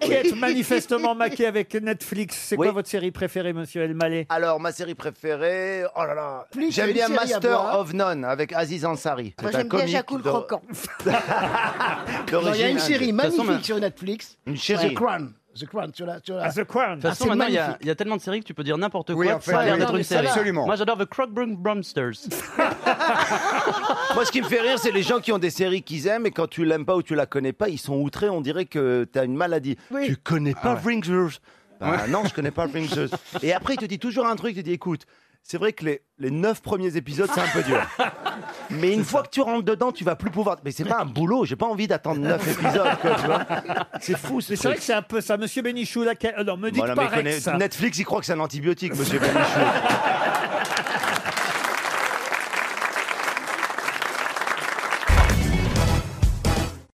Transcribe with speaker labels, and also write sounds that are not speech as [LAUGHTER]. Speaker 1: qui êtes manifestement [LAUGHS] maqué avec Netflix. C'est quoi votre série préférée, monsieur Elmaleh
Speaker 2: Alors, ma série préférée, oh là là,
Speaker 3: Plus
Speaker 2: j'aime
Speaker 3: qu'une
Speaker 2: bien
Speaker 3: série à
Speaker 2: Master
Speaker 3: voir.
Speaker 2: of None avec Aziz Ansari.
Speaker 3: Moi,
Speaker 2: C'est un
Speaker 3: j'aime bien
Speaker 2: comique
Speaker 3: Jacques le
Speaker 2: d'or-
Speaker 3: Croquant. Non,
Speaker 2: d'origine
Speaker 3: Il y a
Speaker 2: indienne.
Speaker 3: une
Speaker 2: De
Speaker 3: série
Speaker 2: toute façon,
Speaker 3: magnifique sur Netflix.
Speaker 2: Une série.
Speaker 3: The Crown. The Crown, tu l'as. tu l'as-
Speaker 1: Ah, The Crown.
Speaker 4: De toute
Speaker 3: Ah,
Speaker 4: façon,
Speaker 3: c'est
Speaker 4: maintenant, il y, a-
Speaker 3: magnifique.
Speaker 4: il y a tellement de séries que tu peux dire n'importe quoi.
Speaker 5: Oui, en
Speaker 4: que
Speaker 5: fait,
Speaker 4: ça a l'air
Speaker 5: oui,
Speaker 4: d'être
Speaker 5: non,
Speaker 4: une
Speaker 5: mais
Speaker 4: série.
Speaker 5: absolument.
Speaker 4: Moi, j'adore The Crockburn Bromsters.
Speaker 2: Moi, ce qui me fait rire, c'est les gens qui ont des séries qu'ils aiment et quand tu l'aimes pas ou tu la connais pas, ils sont outrés. On dirait que t'as une maladie.
Speaker 3: Oui.
Speaker 2: Tu connais pas Avengers Bah, Non, je connais pas [LAUGHS] Avengers. et après, il te dit toujours un truc. Il te dit, écoute, c'est vrai que les, les neuf premiers épisodes, c'est un peu [LAUGHS] dur. Mais une fois que tu rentres dedans, tu vas plus pouvoir. Mais c'est pas un boulot. J'ai pas envie d'attendre [LAUGHS] neuf épisodes. quoi, tu vois. c'est fou. Ce
Speaker 1: Mais c'est vrai
Speaker 2: truc.
Speaker 1: que c'est un peu ça. Monsieur Bénichou, laquelle... euh, non, me dites
Speaker 2: Voilà, mais
Speaker 1: pas Rex.
Speaker 2: connaît- Netflix, il croit que c'est un antibiotique, monsieur Benichou.